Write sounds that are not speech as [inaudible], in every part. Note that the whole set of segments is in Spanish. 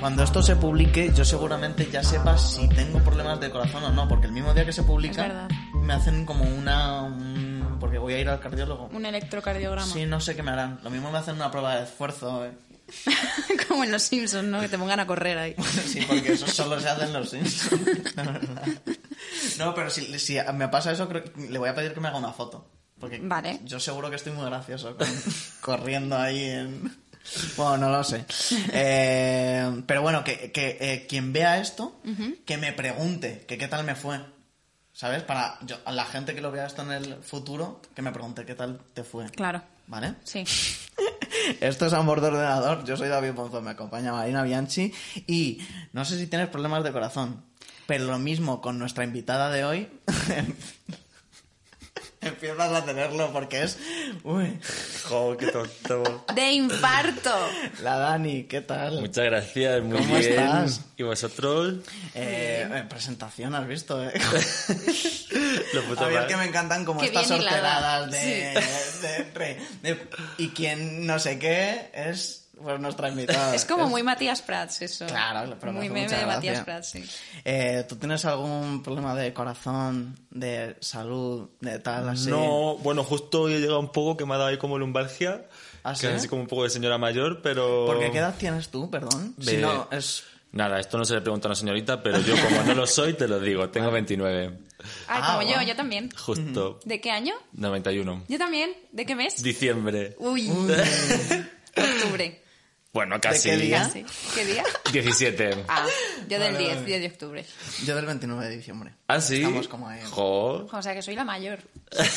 cuando esto se publique, yo seguramente ya sepa si tengo problemas de corazón o no, porque el mismo día que se Es publica verdad. me hacen como una... un- porque voy a ir al cardiólogo. Un electrocardiograma. Sí, no sé qué me harán. Lo mismo me hacen una prueba de esfuerzo. eh. [laughs] Como en los Simpsons, ¿no? Que te pongan a correr ahí. Sí, porque eso solo se hace en los [laughs] Simpsons, la verdad. No, pero si, si me pasa eso, creo que le voy a pedir que me haga una foto. Porque Vale. yo seguro que estoy muy gracioso con- [laughs] corriendo ahí en... Bueno, no lo sé. Eh, pero bueno, que, que, eh, quien vea esto, que me pregunte que qué tal me fue. ¿Sabes? Para yo- a la gente que lo vea esto en el futuro, que me pregunte qué tal te fue. Claro. ¿Vale? Sí. Esto es Amor de Ordenador. Yo soy David Ponzo, me acompaña Marina Bianchi. Y no sé si tienes problemas de corazón, pero lo mismo con nuestra invitada de hoy. [laughs] Empiezas a tenerlo porque es. Uy, Joder, qué tonto. ¡De infarto! la Dani, ¿qué tal? Muchas gracias, muy ¿Cómo bien. estás? ¿Y vosotros? Eh, eh, presentación, has visto, [laughs] eh. Los putos A ver más. que me encantan como Qué estas bien hilada. horteradas de, de- de- de- Y quien no sé qué es pues, nuestra invitada. Es como Es- muy Matías Prats eso. Claro, pero me Muy hace meme mucha de gracia. Matías Prats, sí. Eh, ¿Tú tienes algún problema de corazón, de salud, de tal, así? No, bueno, justo hoy he llegado un poco que me ha dado ahí como lumbalgia. ¿Ah, que sí? es así como un poco de señora mayor, pero. Porque ¿qué edad tienes tú, perdón? Si Ve- no, [laughs] es... Nada, esto no se le pregunta a una señorita, pero yo como no lo soy, te lo digo. Tengo 29. Ay, Ah, como yo, guau. yo también. Justo. ¿De qué año? 91. Yo también. ¿De qué mes? Diciembre. Uy. octubre. Bueno, casi. qué día? Casi. ¿Qué día? 17. Ah, yo del Vale, 10, vale. 10 de octubre. Yo del 29 de diciembre. ¿Ah, sí? Estamos como ahí. Jo. O sea que soy la mayor.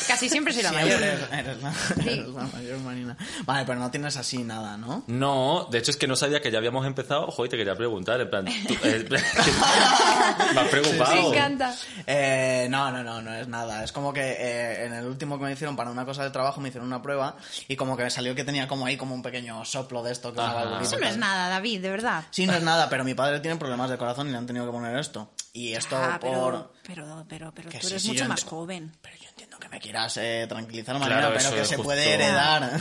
Casi siempre soy la Siempre mayor. Eres, eres la, [laughs] eres la mayor, Marina. Vale, pero no tienes así nada, ¿no? No, de hecho es que no sabía que ya habíamos empezado. Ojo, y te quería preguntar, en plan, tú- [laughs] eh, me has preocupado. Me encanta. Eh, no, no, no, no es nada. Es como que eh, en el último que me hicieron para una cosa de trabajo me hicieron una prueba y como que me salió que tenía como ahí como un pequeño soplo de esto que una Ah. valvulita Eso no tal. es nada, David, de verdad. Sí, no es nada, pero mi padre tiene problemas de corazón y le han tenido que poner esto. Y esto Ah, por... pero, pero, pero, pero Que tú sí, eres sí, mucho yo más enti- joven. Pero yo entiendo que me quieras eh, tranquilizar, Marina, Claro, pero eso que es se justo. puede heredar.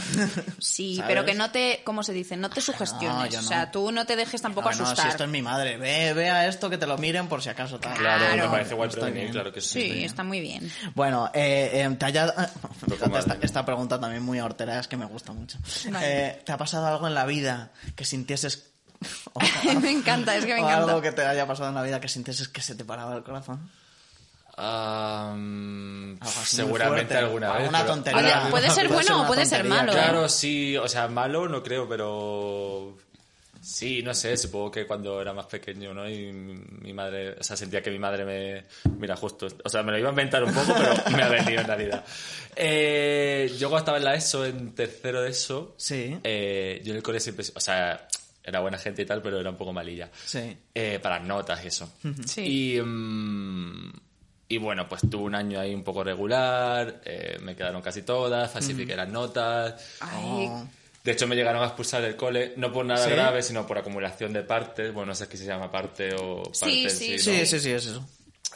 Sí, ¿Sabes? pero que no te, ¿cómo se dice? No te sugestiones. yo O no. sea, tú no te dejes [laughs] tampoco No, no, asustar. si esto es mi madre. Ve, ve a esto que te lo miren por si acaso tal. Claro, Claro. me parece guay Pues Está prevenir, bien. claro que sí. Sí, está [laughs] muy bien. [laughs] Bueno, eh, eh, te [laughs] haya... Fíjate, madre, esta, ¿no? esta pregunta también muy hortera, es que me gusta mucho. Vale. Eh, ¿Te ha pasado algo en la vida que sintieses... [laughs] o- me encanta, es [laughs] que me o algo encanta. que te haya pasado en la vida que sintieses que se te paraba el corazón? Ah, mm, Algo así muy seguramente fuerte. alguna vez. Alguna pero- tontería. Oye, Ahora- puede ser bueno una o puede ser tontería, malo, ¿eh? Claro, sí, o sea, malo no creo, pero sí, no sé, supongo que cuando era más pequeño, ¿no? Y mi madre, o sea, sentía que mi madre me... Mira, justo, o sea, me lo iba a inventar un poco, pero me ha venido en realidad. Eh, yo cuando estaba en la ESO, en tercero de ESO, Sí. eh, yo en el cole siempre, o sea, era buena gente y tal, pero era un poco malilla. Sí. Eh, para notas y eso. Sí. Y, mm, y bueno, pues tuve un año ahí un poco regular, eh, me quedaron casi todas, falsifiqué las notas. Ay, Oh. De hecho, me llegaron a expulsar del cole, no por nada ¿Sí? grave, sino por acumulación de partes. Bueno, no sé qué se llama parte o parte Sí, en sí. ¿no? Sí, sí, sí, es eso.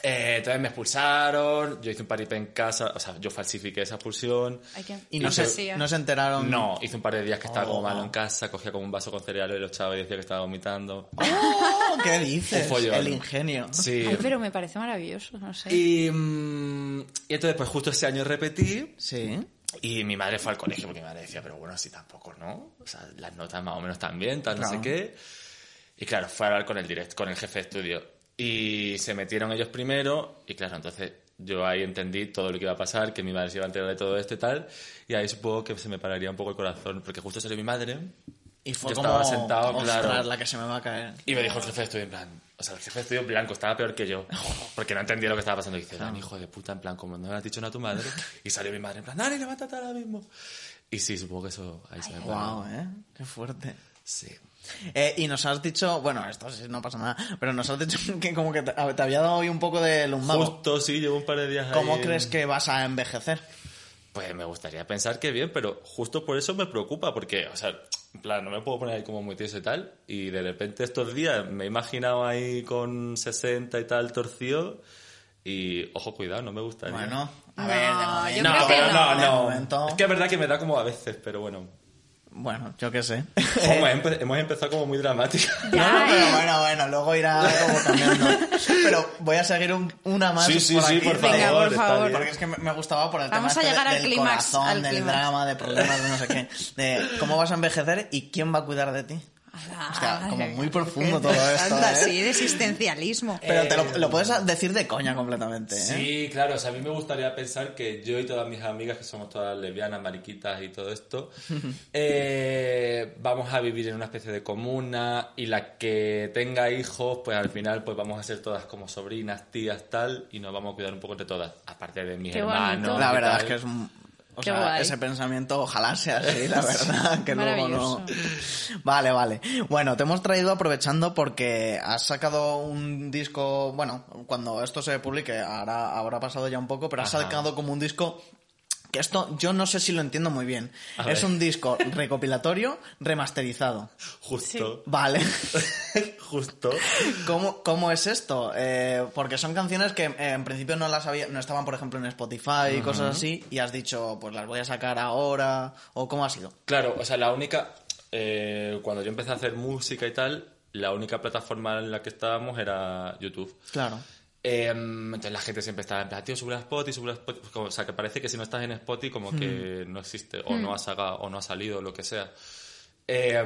Eh, entonces me expulsaron, yo hice un paripé en casa, o sea, yo falsifiqué esa expulsión. hay que- Y no, se- se, no se enteraron. No, hice un par de días que estaba Oh. como malo en casa, cogía como un vaso con cereal y lo echaba y decía que estaba vomitando. ¡Oh! ¿Qué dices? [laughs] Un follón. El ingenio. Sí. Ay, pero me parece maravilloso, no sé. Y, mm, y entonces, pues justo ese año repetí. Sí. Y mi madre fue al colegio porque mi madre decía, pero bueno, si tampoco, ¿no? O sea, las notas más o menos también, tal, no Claro. sé qué. Y claro, fue a hablar con el direct, con el jefe de estudio. Y se metieron ellos primero. Y claro, entonces yo ahí entendí todo lo que iba a pasar, que mi madre se iba a enterar de todo esto y tal. Y ahí supongo que se me pararía un poco el corazón, porque justo salió mi madre. Y fue Yo como estaba sentado, "Ostras, claro. la que se me va a caer. Y me dijo el jefe de estudio en plan, o sea, el jefe de estudio en blanco estaba peor que yo, porque no entendía lo que estaba pasando. Y dice, Dani, hijo de puta, en plan, como no le has dicho nada a tu madre. Y salió mi madre en plan, Dani, levántate ahora mismo. Y sí, supongo que eso ahí se me fue. Wow, ¿eh? Qué fuerte. Sí. Eh, y nos has dicho, bueno, esto sí, no pasa nada, pero nos has dicho [laughs] que como que te, te había dado hoy un poco de lumbago. Justo, sí, llevo un par de días ahí. ¿Cómo crees que vas a envejecer? Pues me gustaría pensar que bien, pero justo por eso me preocupa, porque, o sea, en plan, no me puedo poner ahí como muy tieso y tal. Y de repente estos días me he imaginado ahí con 60 y tal torcido. Y, ojo, cuidado, no me gustaría. Bueno, a No, ver, de yo momento- No, creo que pero no, no. ¿eh? no. De momento- [laughs] Es que es verdad que me da como a veces, pero bueno. Bueno, yo qué sé. Como empe- hemos empezado como [laughs] muy dramática. No, Ya, no, pero eh. bueno, bueno, luego irá como cambiando. Pero voy a seguir un- una más. Sí, sí, por sí, aquí, por favor. Venga, por está favor. bien. Porque es que me me gustaba por el Vamos tema a este llegar de- al del clímax, corazón, al del clímax. drama, de problemas, de no sé qué. De cómo vas a envejecer y quién va a cuidar de ti. Hostia, como muy profundo todo esto, Anda, ¿eh? sí, [laughs] de existencialista. Pero te lo, lo puedes decir de coña completamente, ¿eh? Sí, claro, o sea, a mí me gustaría pensar que yo y todas mis amigas, que somos todas lesbianas, mariquitas y todo [laughs] esto, eh, vamos a vivir en una especie de comuna y la que tenga hijos, pues al final pues vamos a ser todas como sobrinas, tías, tal, y nos vamos a cuidar un poco entre todas, aparte de mis Qué hermanos. bonito. y La verdad tal. es que es un... O Qué sea, guay. ese pensamiento ojalá sea así, [laughs] la verdad, que luego no... Maravilloso. Vale, vale. Bueno, te hemos traído aprovechando porque has sacado un disco, bueno, cuando esto se publique ahora habrá pasado ya un poco, pero has Ajá. sacado como un disco que esto yo no sé si lo entiendo muy bien. A es ver. un disco recopilatorio remasterizado. Justo, [laughs] Vale. justo. ¿Cómo, cómo es esto? Eh, porque son canciones que eh, en principio no las había, no estaban, por ejemplo, en Spotify y cosas así, y has dicho, pues las voy a sacar ahora, o cómo ha sido. Claro, o sea, la única. eh, cuando yo empecé a hacer música y tal, la única plataforma en la que estábamos era YouTube. Claro. Eh, entonces la gente siempre estaba en plan, tío, sube a Spotify, sube a Spotify. Pues como, o sea, que parece que si no estás en Spotify, como que no existe, o, no ha saga- o no ha salido, lo que sea. Eh,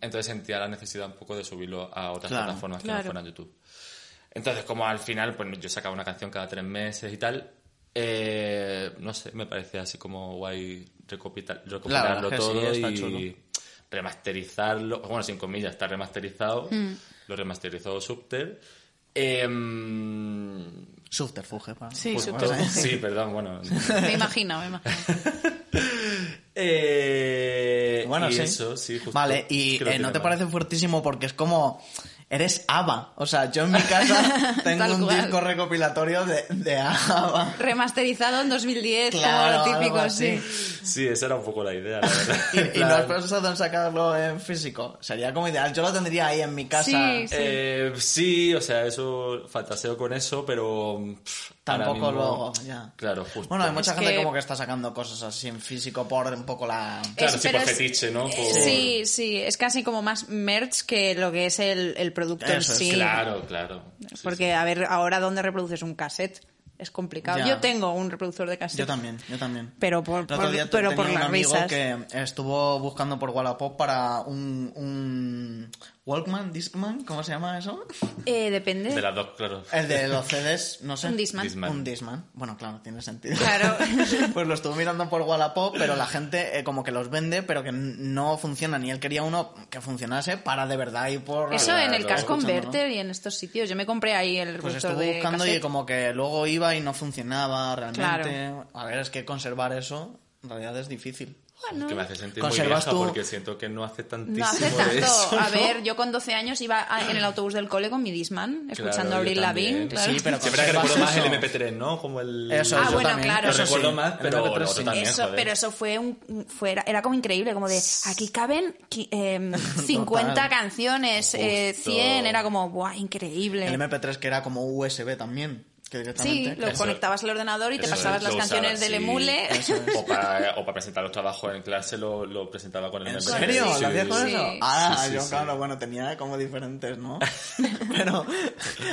entonces sentía la necesidad un poco de subirlo a otras Claro. plataformas que Claro. no fueran YouTube. Entonces, como al final, pues yo sacaba una canción cada tres meses y tal, eh, no sé, me parecía así como guay recopita- recopilarlo que sí, todo está y chulo. remasterizarlo. Bueno, sin comillas, está remasterizado. Lo remasterizó Subter. Em, Subterfuge, pa. Pues Sí, justo- Subterfuge. sí, perdón, bueno. Me imagino, me imagino. Eh, Bueno, y sí. eso, sí, justo. Vale, y Es que no eh, ¿no tiene te más. parece fuertísimo? Porque es como. Eres ABBA. O sea, yo en mi casa tengo [laughs] Tal un cual. disco recopilatorio de, de [laughs] ABBA. Remasterizado en 2010, Claro, como lo típico, algo así. sí. Sí, esa era un poco la [laughs] idea, la verdad. Y, En y no has plan, pensado en sacarlo en físico. Sería como ideal. Yo lo tendría ahí en mi casa. Sí, eh, sí, o sea, eso, fantaseo con eso, pero. mm, pff, ahora Tampoco mismo- luego, ya. Claro, justo. Bueno, hay mucha Es gente que- como que está sacando cosas así en físico por un poco la... Claro, Es- sí, pero por es- eh, fetiche, ¿no? Por- Sí, sí, es casi como más merch que lo que es el, el producto en Eso es, sí. Claro, claro. Sí, Porque, a ver, ahora dónde reproduces un cassette es complicado. Ya. Yo tengo un reproductor de cassette. Yo también, yo también. Pero por, El otro por- día te- pero tenía por un las amigo risas. que estuvo buscando por Wallapop para un, un Walkman, Discman, ¿cómo se llama eso? Eh, depende. sí. De las dos, claro. El de los CDs, no sé. Un Discman. Discman. Un Discman. Bueno, claro, tiene sentido. Claro. [laughs] Pues lo estuve mirando por Wallapop, pero la gente eh, como que los vende, pero que n- no funcionan. Y él quería uno que funcionase para de verdad ir por... Eso en el Claro. Cash Escuchando, ¿no? Converter y en estos sitios. Yo me compré ahí el Pues reproductor estuve de buscando y cassette. como que luego iba y no funcionaba realmente. A ver, es que conservar eso en realidad es difícil. Bueno, Que me hace sentir muy Conservas vieja tú- porque siento que no hace tantísimo No hace de tanto. eso. a ¿no? ver, yo con 12 años iba a- en el autobús del cole con mi Disman, Claro, escuchando yo a Abril también. Lavigne. Claro. Sí, [laughs] pero Siempre que conservas recuerdo más eso. el MP3, ¿no? Como el... Eso, Ah, eso bueno, también. claro, Lo eso recuerdo sí. más, El pero MP3 lo sí. otro también, Eso, joder. pero eso fue un fue, era- era como increíble, como de aquí caben qui- em, [laughs] 50 Total. canciones, eh, Justo. 100, era como, ¡buah, increíble! El MP3 que era como USB también, que Eh. Sí, directamente... lo Eso. conectabas al ordenador y te Eso pasabas es, las lo canciones usabas, del sí. emule. Eso [laughs] es. O para, o para presentar los trabajos en clase lo, lo presentaba con el ¿En MP3. serio? Sí. ¿Lo hacías con Sí. eso? Ah, Sí, sí, yo sí. claro, bueno, tenía como diferentes, ¿no? [laughs] pero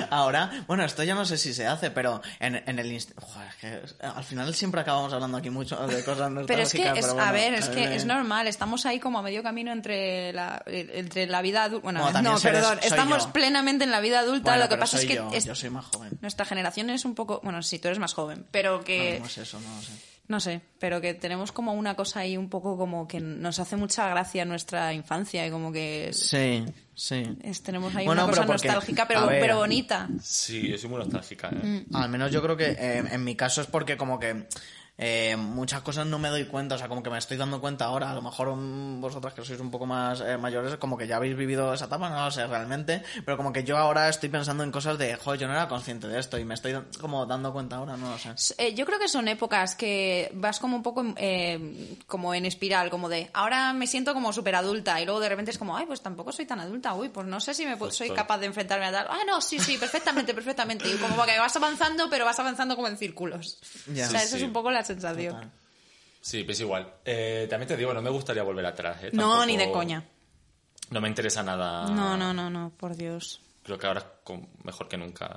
ahora, bueno, esto ya no sé si se hace, pero en, en el... inst- Joder, es que al final siempre acabamos hablando aquí mucho de cosas nostálgicas, [laughs] Pero es que, es, bueno, eh, a ver, es mí que me- es normal, estamos ahí como a medio camino entre la, eh, entre la vida adulta. Bueno, Bueno, también no, soy- perdón, soy estamos yo. plenamente en la vida adulta, Bueno, lo que pero pasa es soy que yo, es- yo soy más joven. nuestra generación es un poco. Bueno, sí, tú eres más joven, pero No que. vimos eso, no lo sé. No sé, pero que tenemos como una cosa ahí un poco como que nos hace mucha gracia nuestra infancia y como que es- Sí, sí. es- tenemos ahí Bueno, una pero cosa porque- nostálgica a pero, ver. pero bonita. Sí, yo soy muy nostálgica, ¿eh? Mm. Al menos yo creo que eh, en mi caso es porque como que eh, muchas cosas no me doy cuenta, o sea, como que me estoy dando cuenta ahora, a lo mejor mm, vosotras que sois un poco más eh, mayores, como que ya habéis vivido esa etapa, no lo sé realmente, pero como que yo ahora estoy pensando en cosas de, joder, yo no era consciente de esto y me estoy como dando cuenta ahora, no lo sé. S- eh, yo creo que son épocas que vas como un poco eh, como en espiral, como de ahora me siento como súper adulta y luego de repente es como, ay, pues tampoco soy tan adulta, uy, pues no sé si me pu- soy Justo. capaz de enfrentarme a tal. Ah, no, sí, sí, perfectamente, perfectamente. Y como que vas avanzando, pero vas avanzando como en círculos. Ya. O sea, Sí, esa es sí. un poco la sensación. Total. Sí, pues igual. Eh, también te digo, no me gustaría volver atrás. ¿eh? No, ni de Tampoco- ah. coña. No me interesa nada. No, no, no, no, por Dios. Creo que ahora es com- mejor que nunca.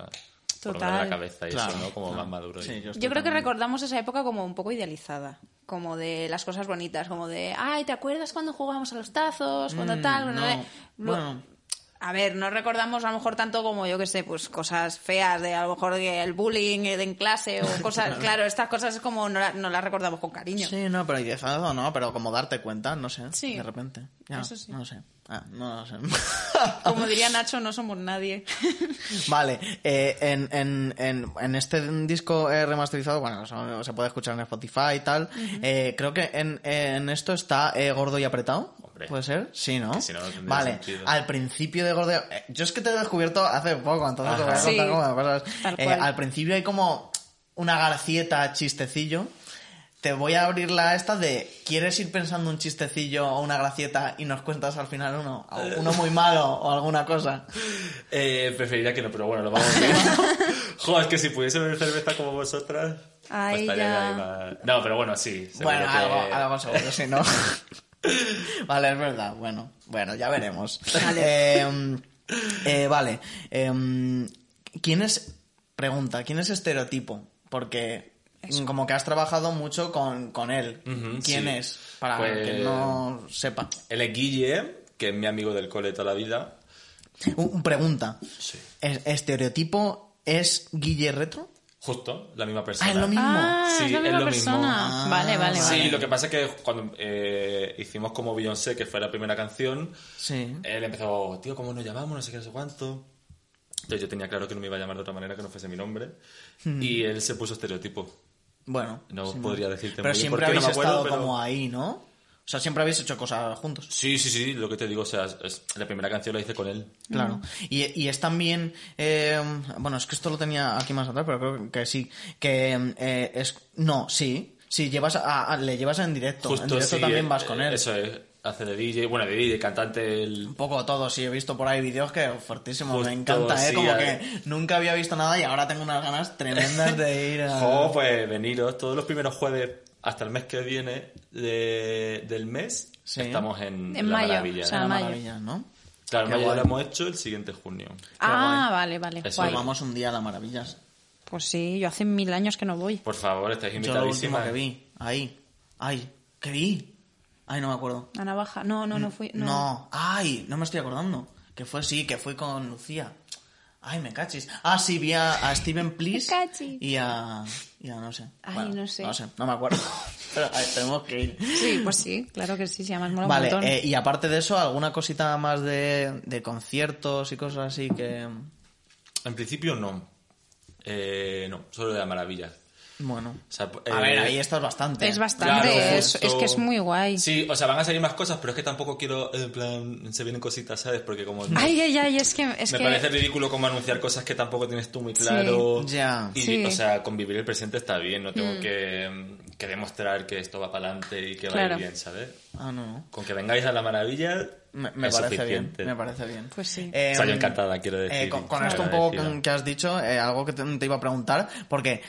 Por lo Total. menos la cabeza y Claro, eso, ¿no? Como claro. más maduro. y- Sí, yo, Yo creo que recordar recordamos esa época como un poco idealizada, como de las cosas bonitas, como de, ay, ¿te acuerdas cuando jugábamos a los tazos? Cuando tal, no. Lo- Bueno. A ver, no recordamos a lo mejor tanto como yo que sé, pues cosas feas de a lo mejor que el bullying en clase o cosas, claro. estas cosas es como no, la- no las recordamos con cariño. Sí, no, pero idealizado no, pero como darte cuenta, no sé, Sí. de repente. Ya, Eso sí. No lo sé. Ah, no lo sé. [laughs] Como diría Nacho, no somos nadie. Vale, eh, en, en, en, en este disco eh, remasterizado, bueno, eso se puede escuchar en Spotify y tal. Eh, creo que en, en esto está eh, Gordo y Apretado. Hombre. ¿Puede ser? Sí, ¿no? Que si no, no tendría vale, sentido. al principio de Gordo y eh, Yo es que te lo he descubierto hace poco, entonces te voy a Ajá. contar Sí, cómo me pasas. tal Eh, cual. al principio hay como una garcieta chistecillo. Te voy a abrir la esta de ¿quieres ir pensando un chistecillo o una gracieta y nos cuentas al final uno? Uno muy malo o alguna cosa. Eh, preferiría que no, pero bueno, lo vamos a ver. [laughs] Joder, es que si pudiese beber cerveza como vosotras. pues Ay, estaría ya. ahí más- No, pero bueno, sí. seguro Bueno, que- algo, algo seguro, si [laughs] no. vale, es verdad. Bueno, bueno, ya veremos. Eh, eh, vale. eh, ¿Quién es. Pregunta, ¿quién es estereotipo? Porque. Como que has trabajado mucho con, con él. Ujú, ¿Quién sí. es? Para Pues- que no sepa. Él es Guille, que es mi amigo del cole toda la vida. Un- pregunta. Sí. ¿Es- ¿Estereotipo es Guille Retro? Justo, la misma persona. Ah, es lo mismo. Ah, Sí, es la es misma lo mismo. persona. Ah. Vale, vale, Sí, vale. lo que pasa es que cuando eh, hicimos como Beyoncé, que fue la primera canción, Sí. él empezó, tío, ¿cómo nos llamamos? No sé qué, no sé cuánto. Entonces yo tenía claro que no me iba a llamar de otra manera que no fuese mi nombre. Hmm. Y él se puso estereotipo. Bueno. No sí, podría decirte Pero muy bien siempre por qué, no habéis me acuerdo, estado pero- como ahí, ¿no? O sea, siempre habéis hecho cosas juntos. Sí, sí, sí, lo que te digo, o sea, es- es- la primera canción la hice con él. Claro. Y, y es también. eh, bueno, es que esto lo tenía aquí más atrás, pero creo que sí. Que eh, es. No, sí. Sí, llevas a- a- le llevas en directo. en directo sí, también eh, vas con él. Eso es, hace de DJ, bueno, de DJ, cantante, el... Un poco todo, sí. He visto por ahí vídeos que fuertísimo. Justo, me encanta, ¿eh? sí, como a ver. que nunca había visto nada y ahora tengo unas ganas tremendas de ir a. [laughs] Jo, pues veniros todos los primeros jueves hasta el mes que viene de- del mes. Sí. Estamos en, En La mayo, Maravilla. o sea, Era a mayo. maravilla, ¿no? Claro, Qué mayo guay. lo hemos hecho el siguiente junio. Ah, vale, vale. Eso, Pues guay. vamos un día a la maravillas. Pues sí, yo hace mil años que no voy. Por favor, estáis Yo lo último invitadísimas. que vi. Ahí. Ay, ¿qué vi? Ay, no me acuerdo. A navaja. No, no, no fui. No. ay, no me estoy acordando. Que fue, sí, que fui con Lucía. Ay, me cachis. Ah, sí, vi a, a Steven Please. [laughs] Me cachis. Y a. Y a no sé. Ay, Bueno, no sé. No sé, no me acuerdo. [laughs] Pero ay, tenemos que ir. Sí, pues sí, claro que sí, se llama mola Vale, un montón. eh, y aparte de eso, ¿alguna cosita más de, de conciertos y cosas así que. En principio no. Eh, no, solo de la maravilla. Bueno. O sea, A eh, ver, ahí estás bastante. Es bastante, Claro, es, justo. es que es muy guay. Sí, o sea, van a salir más cosas, pero es que tampoco quiero, eh, en plan, se vienen cositas, ¿sabes? Porque como... Ay, ay, ay, es que... Es me que... parece ridículo como anunciar cosas que tampoco tienes tú muy claro. Ya. Y, Sí. Mm. O sea, convivir el presente está bien, no tengo que, que demostrar que esto va para adelante y que va a Claro. ir bien, ¿sabes? Ah, no. Con que vengáis a la maravilla Me, me es parece suficiente. bien. Me parece bien. Pues sí. Eh, O sea, yo encantada, quiero decir. Eh, con, con y esto un poco agradecida. con- que has dicho, eh, algo que te, te iba a preguntar, porque,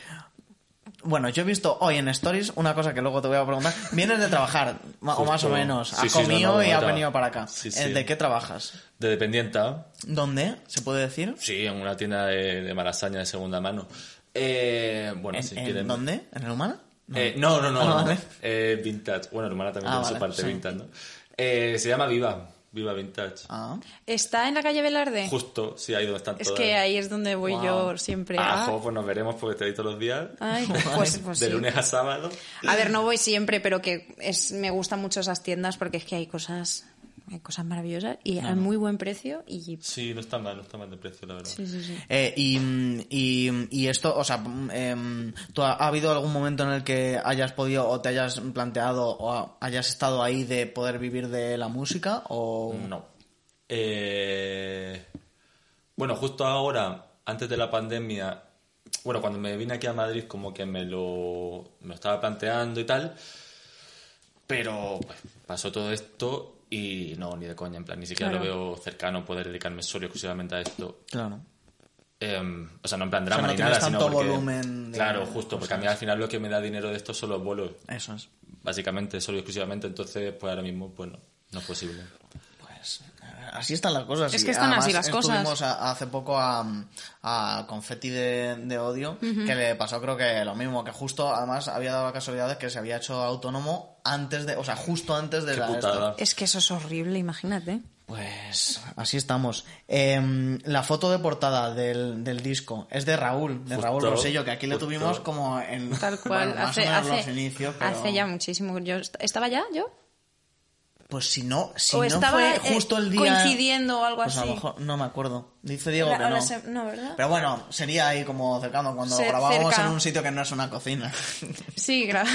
bueno, yo he visto hoy en Stories una cosa que luego te voy a preguntar. Vienes de trabajar, ma- o más o Justo. menos. Sí, has sí, no, comido no, y has otra. venido para acá. Sí, Eh, sí. ¿De qué trabajas? De dependienta, ¿Dónde? ¿Se puede decir? sí, en una tienda de, de malasaña de segunda mano. Eh, bueno, ¿En, si en quieren... dónde? ¿En el humano? Eh, no, no, no. Ah, no. vale. Eh, vintage. Bueno, hermana también Ah, vale, tiene su parte sí. vintage, ¿no? Eh, se llama Viva. Viva Vintage. Ah. ¿Está en la calle Velarde? Justo, sí, ahí donde están es todas. que ahí es donde voy Wow. yo siempre. Ah, Ah, jo, pues nos veremos porque te doy todos los días. Ay, [laughs] pues, pues de sí. lunes a sábado. A ver, no voy siempre, pero que es, me gustan mucho esas tiendas porque es que hay cosas, hay cosas maravillosas y a muy buen precio y... Sí, no está mal, no está mal de precio, la verdad. Sí, sí, sí. Eh, y, y, y esto, o sea, mm, em, ¿tú ha, ha habido algún momento en el que hayas podido o te hayas planteado o ha- hayas estado ahí de poder vivir de la música? O... No. Eh, Bueno, justo ahora, antes de la pandemia, bueno, cuando me vine aquí a Madrid, como que me lo, me lo estaba planteando y tal, pero pues, pasó todo esto y no, ni de coña, en plan, ni siquiera Claro. lo veo cercano poder dedicarme solo y exclusivamente a esto. Claro. Em, o sea, no en plan O sea, drama no ni nada, tienes sino tanto porque... volumen de Claro, justo, porque a mí al final lo que me da dinero de esto son los vuelos, Eso es. básicamente, solo y exclusivamente. Entonces, pues ahora mismo, pues no, no es posible. Pues así están las cosas. Es y que están además así las cosas. Estuvimos a- hace poco a, a Confetti de, de Odio, que le pasó creo que lo mismo, que justo además había dado la casualidad de que se había hecho autónomo antes de, o sea, justo antes de Qué la... esto. putada. Es que eso es horrible, imagínate. Pues así estamos. Em, la foto de portada del, del disco es de Raúl, de Justo, Raúl Rosillo, que aquí le justo. tuvimos como en Tal cual. bueno, más o hace, menos hace, los inicios, pero- hace ya muchísimo. Yo, est- ¿Estaba ya yo? Pues si no, si O no estaba, fue eh, justo el día coincidiendo o algo pues A así. lo mejor no me acuerdo. Dice Diego La- que o la no. se- no, ¿verdad? Pero bueno, sería ahí como cercano cuando Ce- grabábamos cerca. en un sitio que no es una [laughs] cocina. Sí, claro.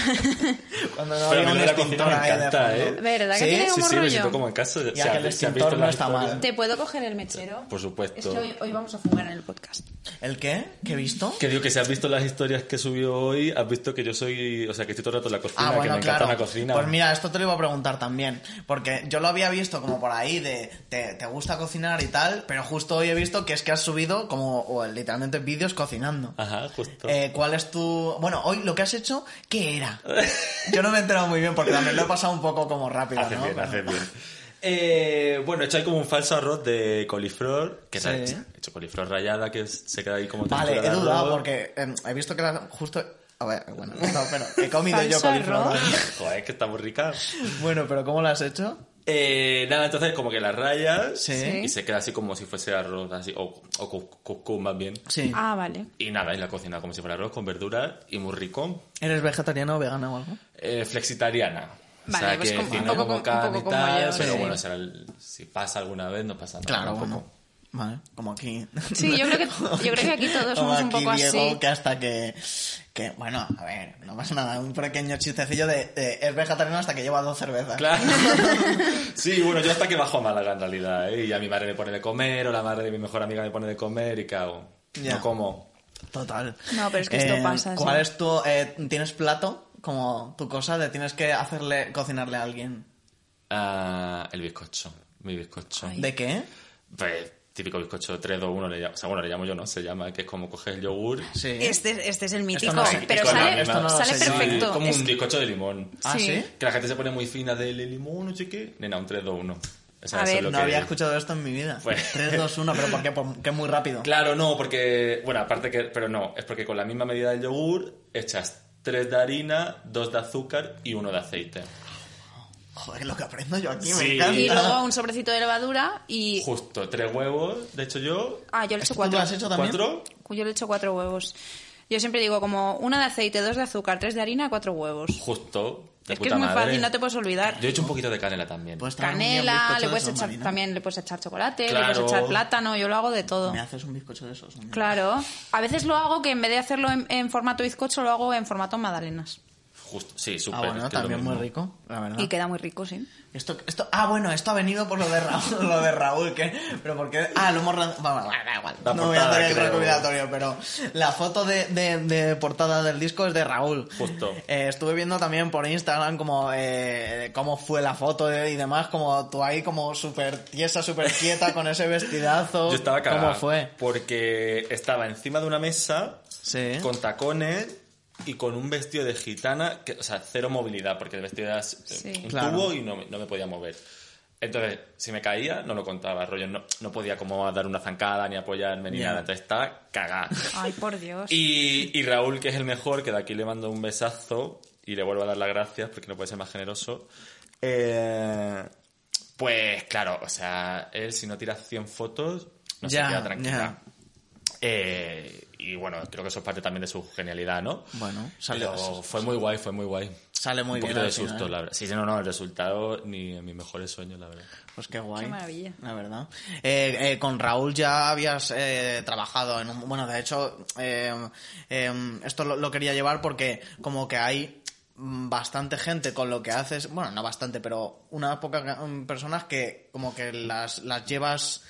cuando no había Pero a mí un lo de la cocina extintor me ahí de encanta, fondo. ¿eh? ¿Verdad que Sí, tiene sí, como sí, me siento rollo? como en casa. Y aquel extintor no está mal. [laughs] ¿Te puedo coger el mechero? Por supuesto. Es que hoy, hoy vamos a fumar en el podcast. ¿El qué? ¿Qué he visto? Que digo que si has visto las historias que subió hoy, has visto que yo soy, o sea, que estoy todo el rato en la cocina, Ah, que bueno, me encanta claro. la cocina. Pues mira, esto te lo iba a preguntar también. Porque yo lo había visto como por ahí de te, te gusta cocinar y tal, pero justo hoy he visto que es que has subido como o, literalmente vídeos cocinando. Ajá, justo. Eh, ¿Cuál es tu...? Bueno, hoy lo que has hecho, ¿qué era? Yo no me he enterado muy bien porque también lo he pasado un poco como rápido, haces ¿no? bien, Pero- [laughs] haces bien. Eh, bueno, he hecho ahí como un falso arroz de coliflor, que Sí. he hecho coliflor rallada, que es- se queda ahí como Vale, textura he de dudado arroz. porque em, he visto que era justo... A ver, bueno, no, pero [laughs] he comido yo Falso coliflor. arroz. [laughs] Joder, que está muy rica. Bueno, pero ¿cómo lo has hecho? Eh, nada, entonces como que las rayas Sí. y se queda así como si fuese arroz, así, o, o cu- cucú más bien. Sí. Ah, vale. Y nada, y la cocina como si fuera arroz con verduras y muy rico. ¿Eres vegetariano o vegana o algo? Eh, flexitariana. Vale, o sea, pues que como- tiene un poco como como- cada un poco mitad, como yo, pero sí. bueno, será el- si pasa alguna vez no pasa nada. Claro, tampoco. bueno. Vale, como aquí. Sí, yo creo que, yo creo que aquí todos Como somos un aquí poco Diego, así. que hasta que, que, bueno, a ver, no pasa nada, un pequeño chistecillo de, de, es vegetariano hasta que lleva dos cervezas. Claro. [laughs] sí, bueno, yo hasta que bajo a Málaga en realidad, ¿eh? Y ya mi madre me pone de comer, o la madre de mi mejor amiga me pone de comer, ¿y qué hago? Ya. No como. Total. No, pero es que esto pasa, ¿Cuál sí. es tu, eh, tienes plato como tu cosa de tienes que hacerle, cocinarle a alguien? Ah, el bizcocho, mi bizcocho. ¿De qué? Pues, típico bizcocho 3-2-1, le llamo, o sea, bueno, le llamo yo, no, se llama, que es como coges el yogur... Sí. Este, este es el mítico, Esto no sé, pero esto no- sale, esto no lo sale sé yo. perfecto. Sí, como Es- un bizcocho de limón. Ah, Sí. sí. Que la gente se pone muy fina del limón, no sé qué. Nena, un 3-2-1. O sea, A eso ver. es lo No que- había escuchado esto en mi vida. Pues- 3, 2, 1, pero ¿por qué? Porque es muy rápido. Claro, no, porque. Bueno, aparte que. Pero no, es porque con la misma medida del yogur echas 3 de harina, 2 de azúcar y 1 de aceite. Joder, lo que aprendo yo aquí, me Sí. encanta. Y luego un sobrecito de levadura y... Justo, 3 huevos, de hecho yo. Ah, yo le ¿Esto echo tú cuatro. lo has hecho también? 4. Yo le echo cuatro huevos. Yo siempre digo como una de aceite, dos de azúcar, tres de harina, cuatro huevos. Justo. de es que puta es muy madre. fácil, no te puedes olvidar. Yo he hecho un poquito de canela también. Pues también un Canela, bizcocho le de puedes esos, echar Marina. también le puedes echar chocolate, le Claro. puedes echar plátano, yo lo hago de todo. Me haces un bizcocho de esos. un día. Claro. A veces lo hago que en vez de hacerlo en, en formato bizcocho, lo hago en formato magdalenas. Justo, sí, súper. Ah, es bueno, que es lo también muy mismo. rico, la verdad. Y queda muy rico, sí. Esto, esto, ah, bueno, esto ha venido por lo de Raúl, [laughs] lo de Raúl, que, pero porque, ah, lo hemos, ran- bueno, bueno, da igual, La no voy a portada, hacer el creo. recopilatorio, pero la foto de, de- de portada del disco es de Raúl. Justo. Eh, estuve viendo también por Instagram como, eh, cómo fue la foto y demás, como tú ahí como súper tiesa, súper quieta con ese vestidazo. [laughs] Yo estaba cagado. ¿Cómo fue? Porque estaba encima de una mesa Sí. con tacones y con un vestido de gitana, que, o sea, cero movilidad, porque el vestido era eh, Sí. un Claro. tubo y no, me- no me podía mover. Entonces, si me caía, no lo contaba, rollo, no, no podía como dar una zancada, ni apoyarme, ni Ya. nada. Entonces estaba cagada. Ay, por Dios. Y, y Raúl, que es el mejor, que de aquí le mando un besazo y le vuelvo a dar las gracias porque no puede ser más generoso. Eh, pues claro, o sea, él si no tira 100 fotos, no Ya, se queda tranquila. ya. Eh, y bueno, creo que eso es parte también de su genialidad, ¿no? Bueno, sale, Pero fue muy guay, fue muy guay. sale muy un bien. ¿eh? poquito de al final. susto, la verdad. Sí, sí, no, no, el resultado ni en mis mejores sueños, la verdad. Pues qué guay. Qué maravilla. La verdad. Eh, eh, con Raúl ya habías eh, trabajado en un... Bueno, de hecho, eh, eh, esto lo, lo quería llevar porque como que hay mm, bastante gente con lo que haces, bueno, no bastante, pero una pocas mm, personas que como que las, las llevas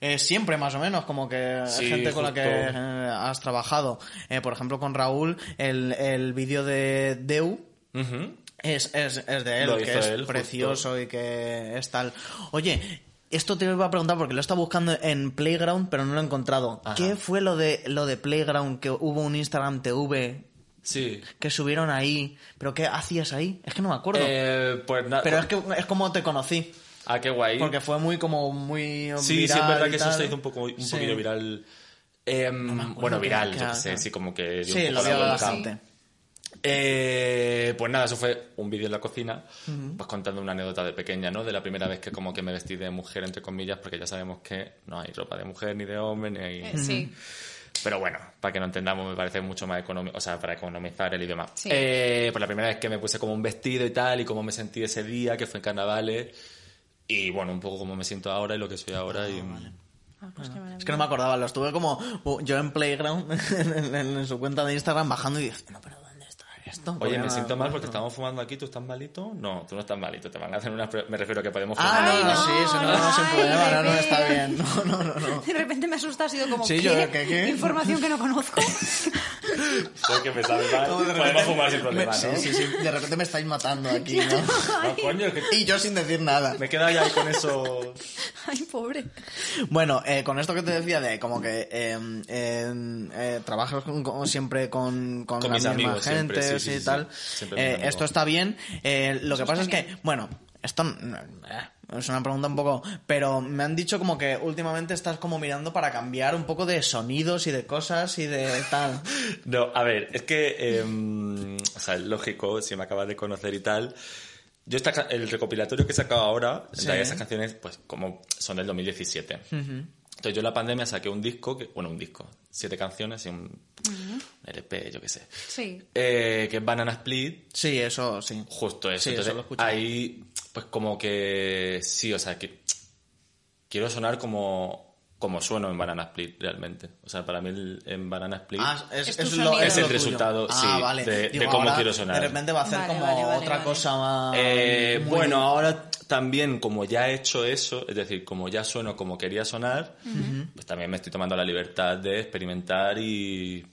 eh, siempre más o menos, como que Sí, gente con la que justo. eh, has trabajado. Eh, por ejemplo, con Raúl, el, el vídeo de Deu, Ujú. es, es, es de él, Lo que hizo es él, justo. precioso y que es tal. Oye, Esto te iba a preguntar porque lo he estado buscando en Playground, pero no lo he encontrado. Ajá. ¿Qué fue lo de, lo de Playground que hubo un Instagram TV Sí. que subieron ahí? ¿Pero qué hacías ahí? Es que no me acuerdo. Eh, pues nada. pero es que es como te conocí. Ah, qué guay. Porque fue muy como muy viral Sí, sí, es verdad y que eso tal. se hizo un, poco, un Sí. poquillo viral. Em, acuerdo bueno, qué viral, era, yo qué qué sé, era. sí, como que... dio un Sí, poco lo la vio vuelta. bastante. Eh, pues nada, eso fue un vídeo en la cocina, pues contando una anécdota de pequeña, ¿no? De la primera vez que como que me vestí de mujer, entre comillas, porque ya sabemos que no hay ropa de mujer ni de hombre, ni hay... Eh, sí. Pero bueno, para que no entendamos, me parece mucho más económico, o sea, para economizar el idioma. Sí. Eh, pues la primera vez que me puse como un vestido y tal, y cómo me sentí ese día, que fue en carnavales, y bueno, un poco cómo me siento ahora y lo que soy ahora. Y, Ah, pues qué maravilla. Es que no me acordaba, lo estuve como uh, yo en Playground, [laughs] en, en- en su cuenta de Instagram, bajando y dije, no, pero ¿dónde está esto? Oye, Porque me no- siento mal porque estamos fumando aquí, ¿tú estás malito? No, tú no estás malito, te van a hacer una prueba, me refiero a que podemos Ah, fumar. no, no, Ay, sí, eso no, no, no, sin ay, problema, no, no bebé. está bien. No, no, no, no. [laughs] De repente me asusta, ha sido como Sí, ¿qué? yo, ¿qué, qué? información que no conozco. Porque me sabe mal, Como de podemos repente- fumar sin problema, me- ¿no? Sí, sí, sí, de repente me estáis matando aquí, ¿no? No, coño, que- [laughs] Y yo sin decir nada. me he quedado ya ahí con eso... Ay, pobre. Bueno, eh, con esto que te decía de como que eh, eh, eh, trabajas con- con- siempre con, con, Con la mis misma amigos, gente siempre, sí, sí, y sí, tal, sí. Siempre el eh, mismo esto amigo. está bien. Eh, lo que pasa es está que, bueno, esto no- eh, es una pregunta un poco, pero me han dicho como que últimamente estás como mirando para cambiar un poco de sonidos y de cosas y de tal. No, a ver, es que, em, o sea, es lógico, si me acabas de conocer y tal. Yo esta ca- el recopilatorio que he sacado ahora, Sí. en realidad esas canciones, pues como son del 2017. Entonces yo en la pandemia saqué un disco, que, bueno, un disco, siete canciones y un, un LP, yo qué sé, Sí. eh, que es Banana Split, Sí, eso sí. Justo eso. Sí, eso Entonces, lo escuché. ahí, pues como que sí, o sea, que quiero sonar como, como sueno en Banana Split realmente. O sea, para mí el- en Banana Split Ah, es, Es tu es lo- sonido. Es lo el tuyo. resultado, Ah, sí, vale. de- de Digo, cómo ahora quiero sonar. De repente va a hacer Vale, como vale, vale, otra vale. cosa más... Eh, Ah, muy- bueno, ahora también como ya he hecho eso, es decir, como ya sueno como quería sonar, pues también me estoy tomando la libertad de experimentar y,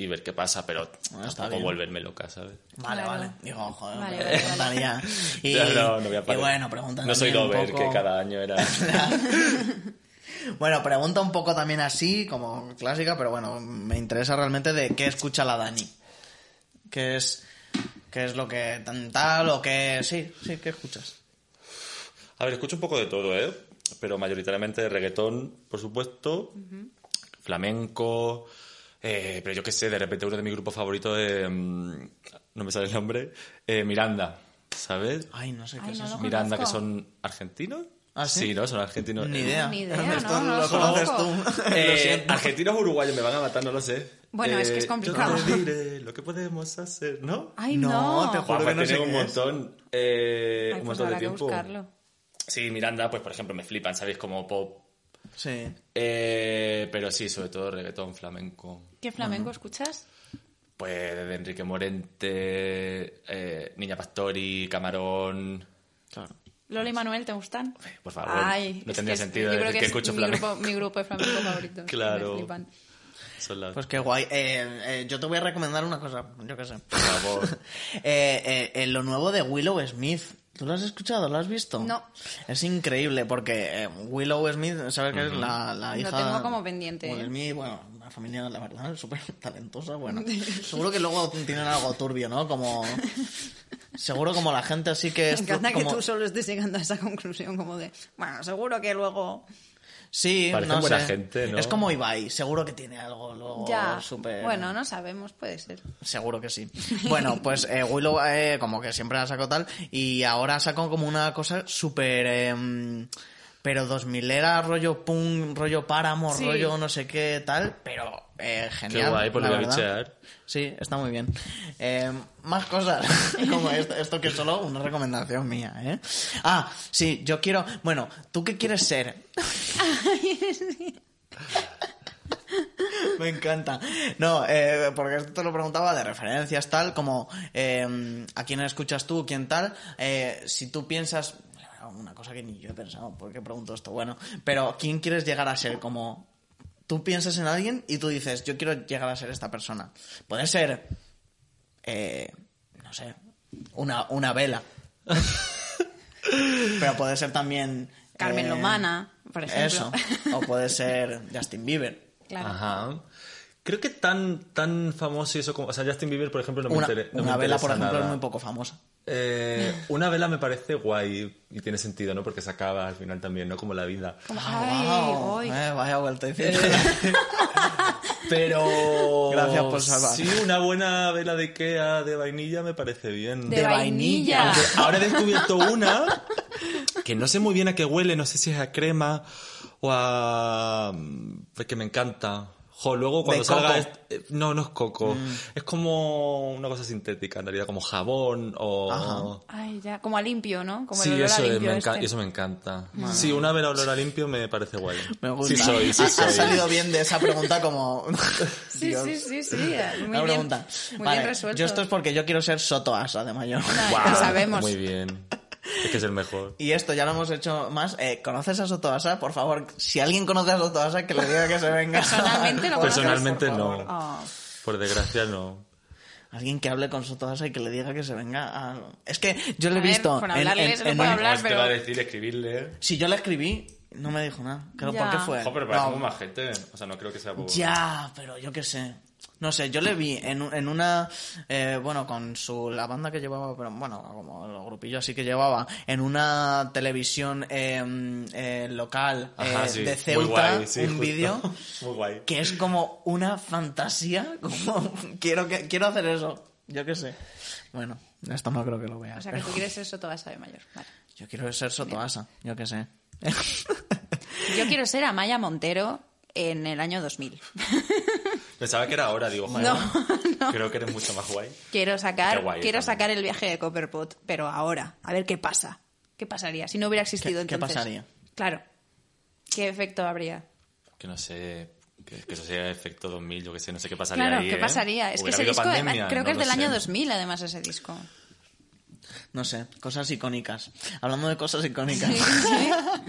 y ver qué pasa, pero Bueno, Ah, está tampoco bien. volverme loca, ¿sabes? Vale, Claro. vale. Digo, joder, Vale, me vale, preguntaría. Y, Ya, [laughs] no, no voy a y parar. bueno, pregunta No soy también un Dover, poco- que cada año [laughs] era... Bueno, pregunta un poco también así, como clásica, pero bueno, me interesa realmente de qué escucha la Dani. ¿Qué es, qué es lo que tan- tal o qué... Sí, sí, qué escuchas? A ver, escucho un poco de todo, ¿eh? Pero mayoritariamente reggaetón, por supuesto, flamenco, eh, pero yo qué sé, de repente uno de mis grupos favoritos es, mm, no me sale el nombre, eh, Miranda, ¿sabes? Ay, Ah, no sé qué Ay, es no eso. lo Miranda, que conozco. son argentinos. ¿Ah, sí? ¿no? Son argentinos. Ni Eh, idea. Ni idea, [laughs] Esto no, no lo lo conoces conozco. tú. [laughs] [laughs] Eh, lo siento. argentinos o uruguayos me van a matar, no lo sé. Eh, Bueno, es que es yo te complicado. diré lo que podemos hacer, ¿no? Ay, No, no. te Guau, juro que pues no sé tengo Ah, un qué es. montón, eh, Ay, un pues montón de habrá que tiempo. buscarlo. Sí, Miranda, pues por ejemplo, me flipan, ¿sabéis? Como pop Sí. Eh, pero sí, sobre todo reggaetón flamenco. ¿Qué flamenco escuchas? Pues desde Enrique Morente, eh, Niña Pastori, Camarón. Claro. ¿Lola y Manuel te gustan? Por favor, no es tendría es- sentido yo creo decir que es escucho mi flamenco. Grupo, mi grupo de flamenco favorito. Claro. Me flipan. Son las- Pues qué guay. Eh, eh, yo te voy a recomendar una cosa, yo qué sé. [laughs] Por favor. Eh, eh, eh, lo nuevo de Willow Smith. ¿Tú lo has escuchado? ¿Lo has visto? No. Es increíble porque eh, Willow Smith, ¿sabes qué es la, la Lo hija? tengo como pendiente, Will ¿eh? Smith, bueno, una familia, la verdad, [laughs] súper talentosa. [laughs] Bueno, seguro que luego tienen algo turbio, ¿no? Como. Seguro como la gente así que. Me es encanta que como- tú solo estés llegando a esa [laughs] conclusión como de, bueno, seguro que luego... Sí, Parecen no buena sé. gente, ¿no? Es como Ibai, seguro que tiene algo luego ya, súper. bueno, no sabemos, puede ser. Seguro que sí. Bueno, pues eh, Willow eh, como que siempre la sacó tal y ahora sacó como una cosa súper... eh, pero 2000 era rollo punk, rollo páramo, Sí. rollo no sé qué tal, pero eh, genial. Qué guay, pues la lo voy a verdad. bichear. Sí, está muy bien. Eh, más cosas, [laughs] como esto, esto que es solo una recomendación mía, ¿eh? Ah, sí, yo quiero... Bueno, ¿tú qué quieres ser? Me encanta. No, eh, porque esto te lo preguntaba de referencias, tal, como eh, a quién escuchas tú, quién tal. Eh, si tú piensas. Una cosa que ni yo he pensado, porque pregunto esto? Bueno, pero ¿quién quieres llegar a ser? Como tú piensas en alguien y tú dices, yo quiero llegar a ser esta persona. Puede ser. eh, no [laughs] sé. Una, una vela. pero puede ser también. Carmen Eh, Lomana, por ejemplo. Eso. [laughs] O puede ser Justin Bieber. Claro. Ajá. Creo que tan, tan famoso y eso como. O sea, Justin Bieber, por ejemplo, no me, una intere- no me una vela, interesa por ejemplo, nada. es muy poco famosa. Eh, una vela me parece guay y tiene sentido, ¿no? Porque se acaba al final también, ¿no? Como la vida. Como, Ah, ay, Eh. wow. ay. Eh, vaya vuelta. diciendo. Pero. [laughs] Gracias por salvar. Sí, una buena vela de Ikea de vainilla me parece bien. De de vainilla. vainilla. Aunque ahora he [laughs] descubierto una que no sé muy bien a qué huele, no sé si es a crema o a... mm, que me encanta. Jo, luego cuando ¿De salga... coco? Mm. est- eh, No, no es coco. Es como una cosa sintética, en realidad, como jabón o... Ajá. Ay, ya. Como a limpio, ¿no? Como sí, el olor a eso, es, limpio me enca- este. eso me encanta. Sí, una vela olor a limpio me parece guay. [laughs] Me gusta. Sí [laughs] soy, sí Ha- soy. Ha salido bien de esa pregunta como... Sí, Dios. sí, sí, sí. eh, Muy Una bien. pregunta. Muy Vale, bien resuelto. Yo esto es porque yo quiero ser sotoasa de mayor. Ay, Guau, lo sabemos. Ah, Muy bien. Es que es el mejor. Y esto ya lo hemos hecho más. Eh, ¿Conoces a Sotoasa? Por favor, si alguien conoce a Sotoasa, que le diga que se venga. Personalmente lo Personalmente Por no. favor. Oh. Por desgracia no. Alguien que hable con Sotoasa y que le diga que se venga a... Es que yo le he A ver, visto... por hablarle se lo puede un- hablar. Os te pero- va a decir, escribirle. Si yo le escribí, no me dijo nada. Claro, Ya. ¿por qué fue? Ojo, pero parece No. muy majete. O sea, no creo que sea por... Ya, pero yo qué sé. No sé, yo le vi en, un- en una. eh, bueno, con su, la banda que llevaba, pero bueno, como los grupillos así que llevaba, en una televisión eh, eh, local Ajá, eh, sí. de Muy Ceuta, guay, sí, un justo. vídeo [laughs] Muy guay. que es como una fantasía. [laughs] Como, quiero, que, quiero hacer eso, yo qué sé. Bueno, esto no creo que lo veas. O sea, que pero tú quieres ser Sotoasa de mayor. Vale. Yo quiero ser Sotoasa, yo qué sé. [laughs] Yo quiero ser Amaya Montero en el año 2000. Pensaba que era ahora, digo, joder. No, Creo que eres mucho más guay. Quiero sacar, Qué guay, quiero también. sacar el viaje de Copperpot, pero ahora. A ver qué pasa. ¿Qué pasaría si no hubiera existido ¿Qué- qué entonces? pasaría? Claro. ¿Qué efecto habría? Que no sé, que, que eso sería efecto 2000, yo que sé, no sé qué pasaría claro, ahí, ¿qué ¿eh? pasaría? Es que Hubiera ese habido disco, pandemia, además, creo no que es lo del sé. año 2000, además, ese disco. [laughs] No sé, cosas icónicas. Hablando de cosas icónicas. [laughs]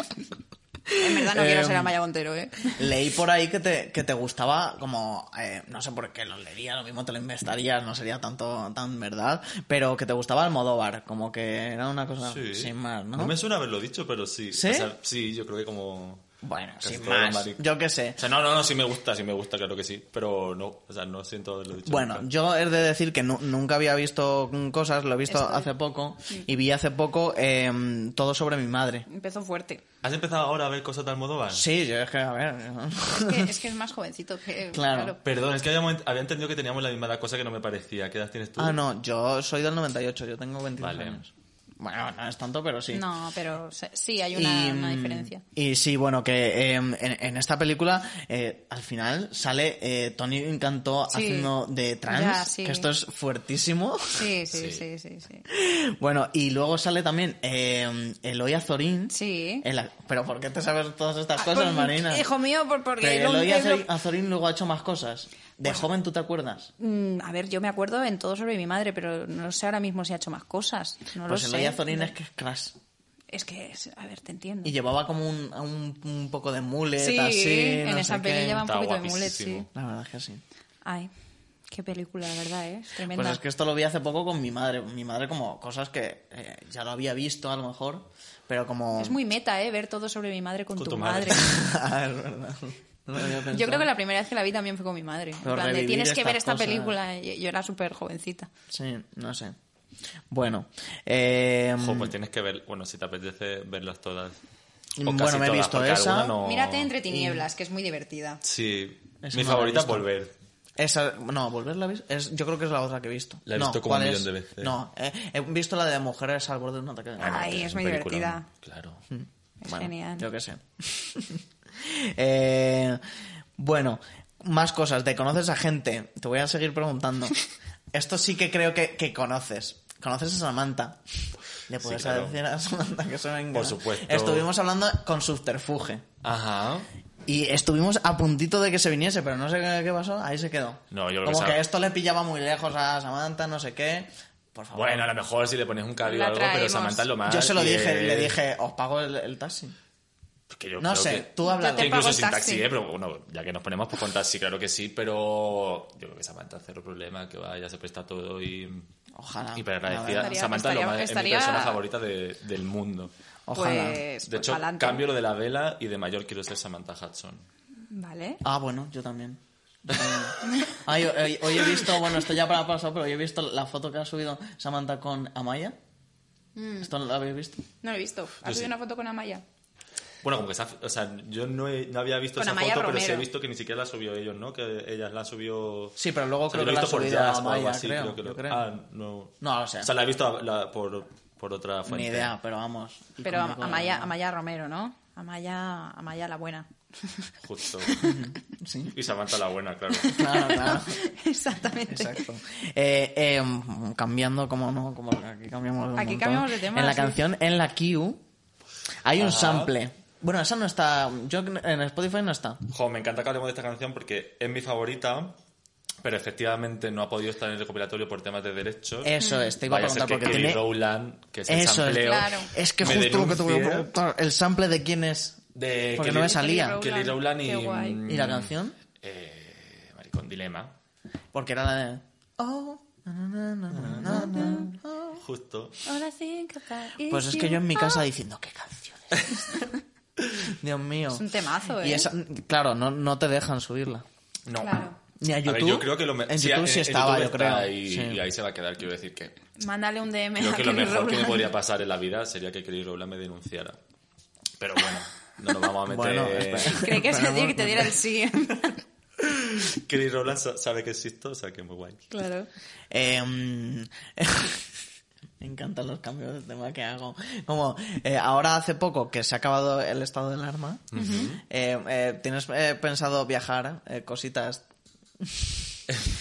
En [laughs] verdad no quiero Em, ser Amaya Montero, ¿eh? Leí por ahí que te, que te gustaba como, eh, no sé por qué lo leería, lo mismo te lo inventarías, no sería tanto tan verdad, pero que te gustaba Almodóvar, como que era una cosa Sí. sin más, ¿no? No me suena haberlo dicho, pero sí. ¿Sí? O sea, sí, yo creo que como... Bueno, Casi sin todo lo más, maric- yo qué sé. O sea, no, no, no, sí me gusta, sí me gusta, claro que sí, pero no, o sea, no siento haberlo dicho. Bueno, nunca. yo he de decir que nu- nunca había visto mm, cosas, lo he visto Estoy- hace poco, y vi hace poco eh, todo sobre mi madre. Empezó fuerte. ¿Has empezado ahora a ver cosas de Almodóvar? Sí, yo es que, a ver, [laughs] Es que es, que es más jovencito [laughs] que... Claro. Perdón, es que había, moment- había entendido que teníamos la misma edad, cosa que no me parecía. ¿Qué edad tienes tú? ah, no, yo soy del 98, yo tengo 22 Vale. años. Bueno, no es tanto, pero sí. No, pero se- sí, hay una, y, una mm, diferencia. Y sí, bueno, que eh, en, en esta película eh, al final sale eh, Tony Encantó Sí. haciendo de trans, Ya, sí. que esto es fuertísimo. [laughs] Sí, sí, sí, Sí. sí, sí. bueno, y luego sale también eh, Eloia Zorín. Sí. El ac- Pero ¿por qué te sabes todas estas Ah, cosas, por- Marina? Hijo mío, por, porque... Pero lo- Eloia lo- Zorín- Azorín luego ha hecho más cosas. De joven, ¿tú te acuerdas? Mm, a ver, yo me acuerdo en todo sobre mi madre, pero no sé ahora mismo si ha hecho más cosas. No pues lo sé. Eloia Zorín es que es crash. Es que, es- a ver, te entiendo. Y llevaba como un, un, un poco de mullet, sí, así. en no esa sé qué. peli lleva un Estaba poquito de mullet, sí. guapísimo. La verdad es que sí. Ay, qué película, la verdad, ¿eh? Es tremenda. Pues es que esto lo vi hace poco con mi madre. Mi madre como cosas que eh, ya lo había visto a lo mejor, pero como... Es muy meta, ¿eh? Ver todo sobre mi madre con, Con tu, tu madre. [laughs] madre. Ah, es verdad. No lo había [laughs] Yo pensado. creo que la primera vez que la vi también fue con mi madre. En Pero plan de, revivir tienes que ver esta estas cosas. película. Y- Yo era súper jovencita. Sí, no sé. Bueno. eh, Jo, pues tienes que ver, bueno, si te apetece verlas todas. O Bueno, casi me he todas, visto porque esa. alguna no- Mírate entre tinieblas, que es muy divertida. Sí, Esa mi no la he favorita es visto. Volver. esa, no, volverla a ver. Es, yo creo que es la otra que he visto. La he No, visto como un ¿cuál millón es? de veces. No, eh, he visto la de mujeres al borde de un ataque. de Ah, Ay, Obviamente, es un muy peliculón. divertida. Claro. Mm. Es Bueno, genial. Yo qué sé. [laughs] Eh, bueno, más cosas. ¿Te conoces a gente? Te voy a seguir [laughs] preguntando. Esto sí que creo que, que conoces. ¿Conoces a Samantha? Le puedes claro. decir a Samantha que se venga. Por supuesto. Estuvimos hablando con subterfuge. Ajá. Y estuvimos a puntito de que se viniese, pero no sé qué, qué pasó. Ahí se quedó. No, yo lo Como que que, sab- esto le pillaba muy lejos a Samantha, no sé qué. Por favor. Bueno, a lo mejor si le pones un cabello La o algo, pero traemos. Samantha es lo más. yo se lo y dije, es- le dije, os pago el, el taxi. que yo No creo sé, que- tú habla. Yo te Que pago incluso el sin taxi, taxi. ¿eh? pero bueno, ya que nos ponemos por contar, sí, claro que sí, pero yo creo que Samantha cero problema, que vaya, se presta todo y Ojalá. Hiper agradecida. la verdad. Estaría- Samantha lo estaría- más- es mi estaría- persona favorita de- del mundo. Ojalá. Pues, De pues hecho, pa'lante. cambio lo de la vela y de mayor quiero ser Samantha Hudson. Vale. Ah, bueno, yo también. Yo también. Ay, hoy, hoy he visto, bueno, esto ya para pasar, pero hoy he visto la foto que ha subido Samantha con Amaya. Mm. ¿Esto lo habéis visto? No lo he visto. Pues ¿Has sí. subido una foto con Amaya? Bueno, como que se ha- o sea, yo no, he- no había visto Con esa Amaya foto, pero sí he Romero. visto que ni siquiera la subió ellos, ¿no? Que ellas la subió... Sí, pero luego O sea, creo yo que lo he la visto por ha subido Jazz o Amaya, algo así, creo, creo que lo- yo creo. Ah, no. No, o sea- O sea, la he visto a- la- por, por otra fuente. Ni idea, pero vamos. Pero Am- Icónico. Amaya, Amaya Romero, ¿no? Amaya, Amaya la buena. [laughs] Justo. Sí. Y Samantha la buena, claro. Claro, [laughs] claro. Exactamente. Exacto. Eh, eh, mm, cambiando, como no, como aquí cambiamos de un Aquí montón. cambiamos de tema, En la sí. canción, en la Q, hay un Ajá. sample. Bueno, esa no está. Yo en Spotify no está. Jo, me encanta que hablemos de esta canción porque es mi favorita, pero efectivamente no ha podido estar en el recopilatorio por temas de derechos. Eso es, te iba Vaya a ser preguntar que porque Kelly tiene. Rowland, que es el Eso es. sampleo, Claro. Es que me justo lo que te voy a denuncie preguntar. ¿El sample de quién es? De Porque Kelly- no me salía. Kelly Kelly Rowland Qué guay. y... mm, ¿Y la canción? Eh, maricón, Dilema. Porque era la de. Oh, na, na, na, na, na, na, oh. Justo. Ahora sí, capaz. Pues es que yo en mi casa diciendo, ¿qué canción es [laughs] esta?". Dios mío. Es un temazo, ¿eh? Y esa, claro, no, no te dejan subirla. No. Claro. Ni a A YouTube. ver, yo creo que lo me- En YouTube sí en estaba, YouTube yo creo. está Y, Sí. y ahí se va a quedar, quiero decir [laughs] que... Mándale un DM Creo a que lo Kelly mejor que me Rowland. podría pasar en la vida sería que Kelly Rowland me denunciara. Pero bueno, no nos vamos a meter... Bueno, [laughs] espera. Creí que Pero sería que te diera el sí. [laughs] Kelly Rowland sa- sabe que existo, o sea que es muy guay. claro. Eh, mm, [laughs] me encantan los cambios de tema que hago. Como eh, ahora hace poco que se ha acabado el estado del alarma, eh, eh, ¿tienes eh, pensado viajar? eh, cositas.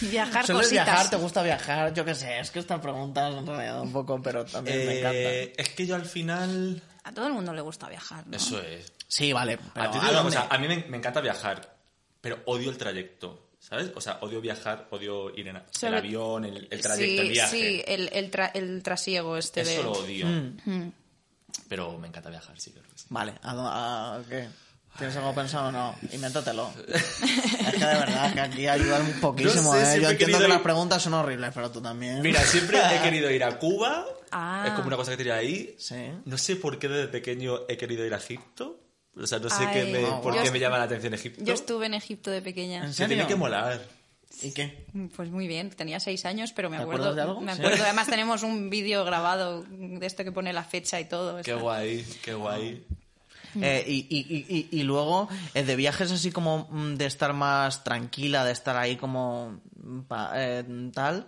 Viajar ¿Sueles cositas. viajar? ¿Te gusta viajar? Yo qué sé, es que esta pregunta me ha rayado un poco, pero también me encanta. Eh, es que yo al final... A todo el mundo le gusta viajar, ¿no? Eso es. Sí, vale. pero a, ti te ¿a digo una dónde? cosa, a mí me, me encanta viajar, pero odio el trayecto, ¿sabes? O sea, odio viajar, odio ir en a- el Sobre- avión, el, el trayecto, sí, el viaje. sí, el, el, tra- el trasiego este Eso de... lo odio. Mm. Pero me encanta viajar, sí, creo que sí. Vale, ¿a, dó- a- qué? ¿Tienes algo pensado o no? [laughs] Invéntatelo. es que de verdad que aquí ayudan un poquísimo, No sé, ¿eh? siempre Yo he entiendo querido que ir- las preguntas son horribles, pero tú también. Mira, siempre he querido ir a Cuba. Ah. Es como una cosa que tenía ahí. [laughs] Sí. No sé por qué desde pequeño he querido ir a Egipto. O sea, no sé Ay. qué me- Ah, por guau. qué Yo me llama la atención Egipto. Yo estuve en Egipto de pequeña. ¿En Se tiene serio? que molar. ¿Y qué? Pues muy bien, tenía seis años, pero me ¿Te acuerdo. acuerdas de algo? Me Sí. acuerdo. Además tenemos un vídeo grabado de esto que pone la fecha y todo. Qué Está- guay, qué guay. Eh, y, y- y- y- y luego, eh, de viajes así como mm, de estar más tranquila, de estar ahí como mm, pa- eh, tal.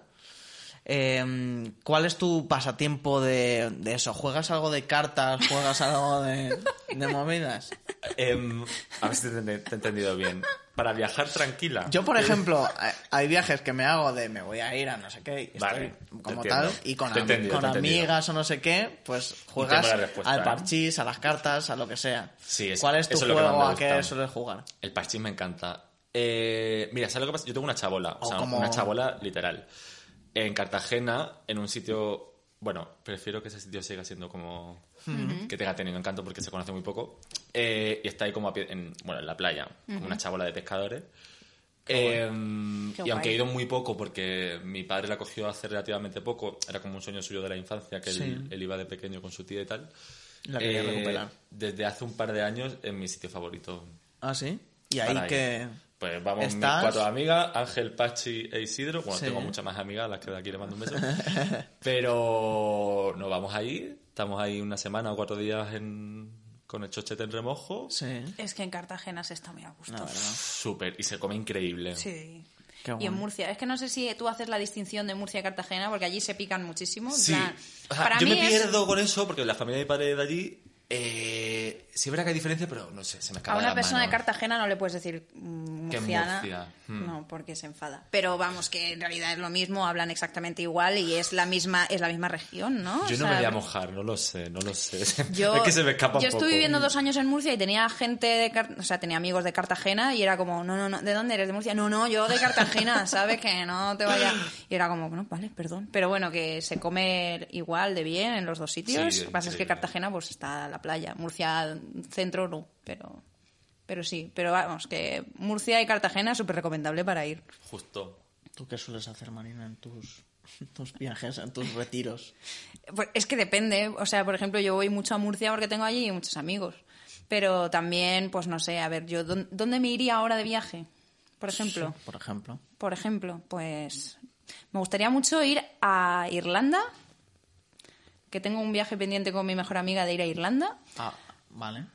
eh, ¿Cuál es tu pasatiempo de, de eso? ¿Juegas algo de cartas? ¿Juegas algo de, de movidas? Em, a ver si te, he enten- te he entendido bien. Para viajar tranquila. Yo, por ejemplo, eh, hay viajes que me hago de me voy a ir a no sé qué, y estoy Vale, te como entiendo. tal, y con, Te he am- entendido, con te he entendido. amigas o no sé qué, pues Y juegas tengo la respuesta, al ¿eh? parchís, a las cartas, a lo que sea. Sí, es- ¿Cuál es tu eso es lo que juego más me a qué gusta. sueles jugar? El parchís me encanta. Eh, mira, ¿sabes lo que pasa? Yo tengo una chabola, o O sea, como- una chabola literal. En Cartagena, en un sitio... Bueno, prefiero que ese sitio siga siendo como... Que tenga tenido encanto porque se conoce muy poco. Eh, y está ahí como a pie- en, bueno, en la playa, como una chabola de pescadores. Eh, Qué y guay. aunque he ido muy poco porque mi padre la cogió hace relativamente poco, era como un sueño suyo de la infancia, que él, él iba de pequeño con su tía y tal. La Eh, quería recuperar. Desde hace un par de años es mi sitio favorito Ah, sí. Y ahí para ir. que. Pues vamos, mis estás- cuatro amigas, Ángel, Pachi e Isidro. Bueno, Sí. tengo muchas más amigas, a las que de aquí le mando [laughs] un beso. Pero nos vamos ahí, estamos ahí una semana o cuatro días en- con el chochete en remojo. Sí. Es que en Cartagena se está muy a gusto. Ah, La verdad. Súper, y se come increíble. Sí. Qué Y en guay. Murcia. Es que no sé si tú haces la distinción de Murcia y Cartagena, porque allí se pican muchísimo. en Sí. plan, O sea, para yo mí me es- pierdo con eso porque la familia de mi padre de allí. Eh, sí, es verdad que hay diferencia, pero no sé, se me escapa A de una las persona de manos. Cartagena no le puedes decir mm, Que murciana. Murcia, mm. No, porque se enfada. Pero vamos, que en realidad es lo mismo, hablan exactamente igual y es la misma, es la misma región, ¿no? O Yo no sea, me voy a mojar, no lo sé, no lo sé. Yo, [laughs] es que se me escapa un yo estuve poco. viviendo dos años en Murcia y tenía gente de Car- o sea, tenía amigos de Cartagena y era como, no, no, no, ¿de dónde eres? ¿De Murcia? No, no, yo de [laughs] Cartagena, ¿sabes? Que no te vaya. Y era como, bueno, vale, perdón. Pero bueno, que se come igual de bien en los dos sitios. Sí, Lo que pasa es que increíble. Cartagena, pues está la playa. Murcia, centro, no, pero. Pero sí, pero vamos, que Murcia y Cartagena es súper recomendable para ir. Justo. ¿Tú qué sueles hacer, Marina, en tus, [laughs] en tus viajes, en tus retiros? Pues Es que depende. O sea, por ejemplo, yo voy mucho a Murcia porque tengo allí muchos amigos. Pero también, pues no sé, a ver, yo ¿dó- ¿dónde me iría ahora de viaje? Por ejemplo, Por ejemplo. por ejemplo, pues me gustaría mucho ir a Irlanda, que tengo un viaje pendiente con mi mejor amiga de ir a Irlanda. Ah, vale.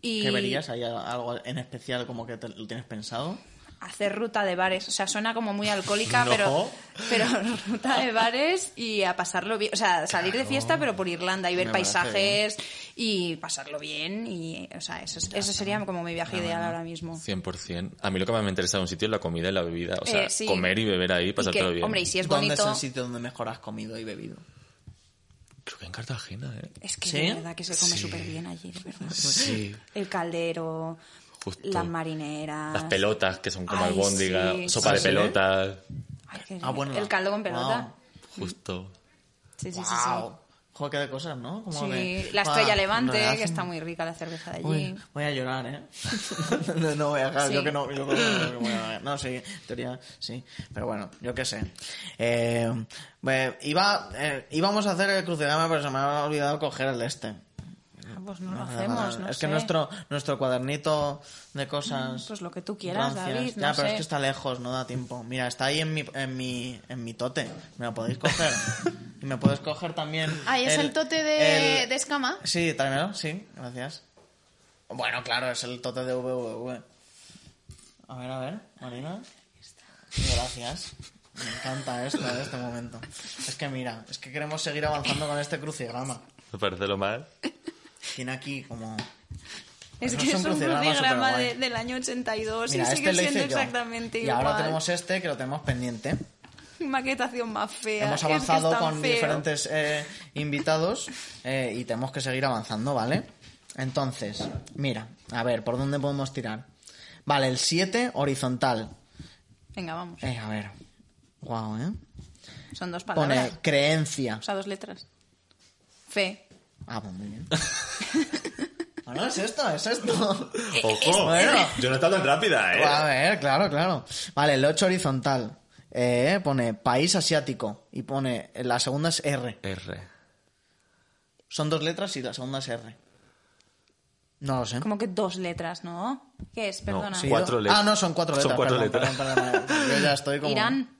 Y ¿Qué verías? ¿Hay algo en especial como que te- lo tienes pensado? hacer ruta de bares. O sea, suena como muy alcohólica, No. pero, pero [laughs] ruta de bares y a pasarlo bien. O sea, salir de fiesta, pero por Irlanda y ver Me parece paisajes y pasarlo bien. Y, o sea, eso, es- eso sería como mi viaje ideal ahora mismo. 100%. A mí lo que más me interesa de un sitio es la comida y la bebida. O sea, Eh, sí. comer y beber ahí, Y pasártelo que, bien. Hombre, y si es ¿Dónde es bonito. el sitio donde mejor has comido y bebido? Creo que en Cartagena, ¿eh? Es que ¿Sí? de verdad que se come Sí. súper bien allí, de verdad. Sí. El caldero, Justo. las marineras. Las pelotas, que son como Ah, Ay, albóndiga, sí, sopa sí. de ¿Ah, sí? pelotas. Ay, qué Ah, bueno, rico. el caldo con pelota. wow. Justo. Sí, sí, sí, sí. ¡Wow! Joder, qué de cosas, ¿no? Como Sí, de- la Buah, estrella me levante, hacen- que está muy rica la cerveza de allí. Uy, voy a llorar, ¿eh? [laughs] no, no voy a dejar, Sí. yo que no, yo creo que no voy a llorar. No, sí, en teoría sí, pero bueno, yo qué sé. Eh, bueno, iba, eh, íbamos a hacer el crucigrama, pero se me ha olvidado coger el este. Ah, Pues no, lo No, hacemos, no, no es sé. que nuestro, nuestro cuadernito de cosas... Pues lo que tú quieras, rancias- David, no ya, pero sé. es que está lejos, no da tiempo. Mira, está ahí en mi, en mi, en mi tote, me lo podéis [laughs] coger. y me puedes coger también... Ah, Ahí es el tote de, el- de escama. Sí, tráemelo, sí, gracias. Bueno, claro, es el tote de VVV. A ver, a ver, Marina. Gracias. Me encanta esto en este momento. Es que mira, es que queremos seguir avanzando con este crucigrama. Me parece lo mal. Tiene aquí como... Es Eso que es un crucigrama superguay. de- del año 82 Mira, y Pues sigue este lo siendo hice yo. exactamente y igual. ahora tenemos este que lo tenemos pendiente. [laughs] Maquetación más fea. Hemos es que avanzado es tan con feo. diferentes eh, invitados eh, y tenemos que seguir avanzando, ¿vale? Entonces, mira, a ver, ¿por dónde podemos tirar? Vale, el 7 horizontal. Venga, vamos. Eh, a ver. Guau, ¿eh? Son dos palabras. Pone creencia. O sea, dos letras. Fe. Ah, pues muy bien. [laughs] Ah, no, es esto, es esto. ¡Ojo! Bueno. Yo no he estado tan rápida, ¿eh? A ver, claro, claro. Vale, el 8 horizontal. Eh, pone país asiático y pone la segunda es R. R. Son dos letras y la segunda es R. No lo sé. Como que dos letras, ¿no? ¿Qué es? Perdona. Sí, Cuatro do- letras. Ah, no, son cuatro Son letras. cuatro perdón, letras. perdón, perdón, perdón. Yo ya estoy como... Irán.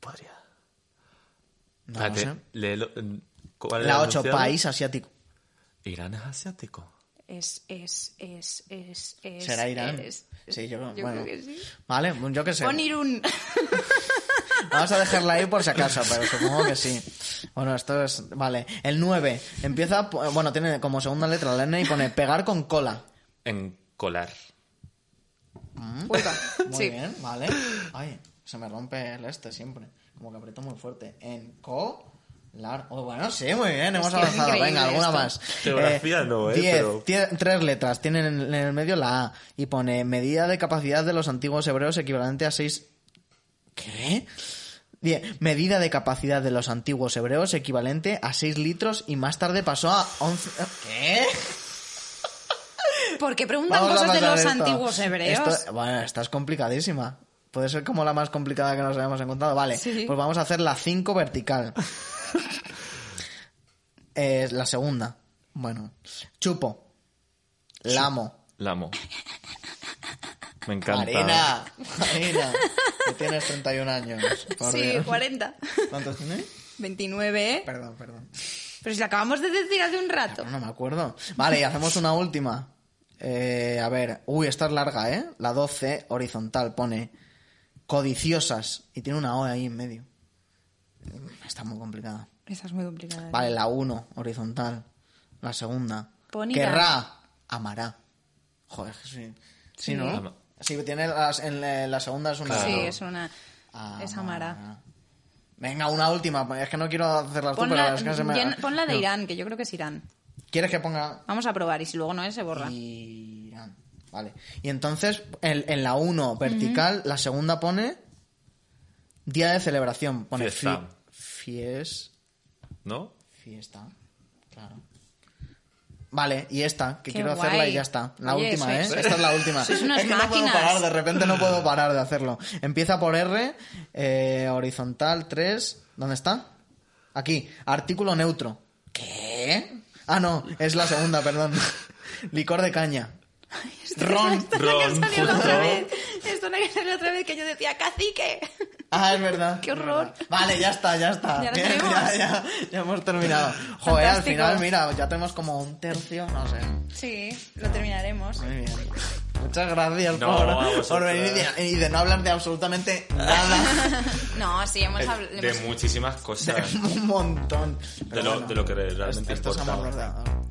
Podría. No lo sé. léelo. mm, ¿Cuál era La el 8, enunciado? país asiático. Irán es asiático. Es, es, es, es, es. Será Irán. es- sí, yo, creo- yo bueno. creo que sí. Vale, pues yo qué sé. Pon Irún. Vamos a dejarla ahí por si acaso, pero supongo que sí. Bueno, esto es. Vale. El 9. Empieza. po- Bueno, tiene como segunda letra la N y pone pegar con cola. En colar. Huelva. Mm. [laughs] [laughs] Muy Sí. bien, vale. Ay, se me rompe el este siempre. Como que aprieto muy fuerte. En co. Lar... Oh, bueno, sí, muy bien, hemos que es avanzado. increíble Venga, alguna esto. más. [laughs] Geografía no, eh, diez, pero- tie- tres letras. Tienen en en el medio la A. Y pone medida de capacidad de los antiguos hebreos equivalente a seis... ¿Qué? Bien, medida de capacidad de los antiguos hebreos equivalente a 6 litros y más tarde pasó a 11... ¿Qué? ¿Por qué preguntan Vamos a cosas de pasar los esto. antiguos hebreos? Esto- bueno, esta es complicadísima. Puede ser como la más complicada que nos hayamos encontrado. Vale, Sí. pues vamos a hacer la 5 [laughs] vertical. Eh, la segunda. Bueno. Chupo. Lamo. Lamo. Me encanta. Marina. Marina. Que tienes 31 años. por Sí, Dios. 40. ¿Cuántos tienes? 29, ¿eh? Perdón, perdón. Pero si lo acabamos de decir hace un rato. Ah, No me acuerdo. Vale, y hacemos una última. Eh, a ver, uy, esta es larga, ¿eh? La 12, horizontal, pone codiciosas y tiene una O ahí en medio. Está muy complicada. Esa es muy complicada. ¿eh? Vale, la 1, horizontal. La segunda. Pon Irán. Querrá, amará. Joder, que sí. Sí, Sí. ¿no? Ama- Sí, tiene las- en la, la segunda es una. Ah. Sí, Claro. es una... Es Amara. Venga, una última. Es que no quiero hacerlas tú, pero Ponla, es que se me... llena- ponla de No. Irán, que yo creo que es Irán. ¿Quieres que ponga Vamos a probar y si luego no es, se borra. Irán. ah, Vale. Y entonces, en, en la 1 vertical, la segunda pone día de celebración. Pone Fiesta. fi- fies- ¿No? fiesta. Claro. Vale, y esta, que Qué quiero guay. hacerla y ya está. La Oye, última, ¿eh? sois- Esta es la [laughs] última. sois unas es que no puedo máquinas. parar, de repente no puedo parar de hacerlo. Empieza por R, eh, horizontal 3. ¿Dónde está? Aquí, artículo neutro. ¿Qué? Ah, no, es la segunda, perdón. [laughs] Licor de caña. Ron. [laughs] Esto es la que Ron, salió la justo. otra vez. Esto es la que salió otra vez que yo decía cacique. Ah, es verdad. Qué es horror. verdad. Vale, ya está, ya está. Ya lo Bien, tenemos. ya, ya, ya hemos terminado. Joder, al Fantástico. final, mira, ya tenemos como un tercio, no sé. Sí, lo terminaremos. Muy bien. Muchas gracias No, a por, vosotros. por venir y de, y de no hablar de absolutamente [laughs] nada. [laughs] No, sí, hemos hablado. Eh, De muchísimas cosas. un montón. Pero De lo- de lo que realmente esto- esto es importa. amor verdad.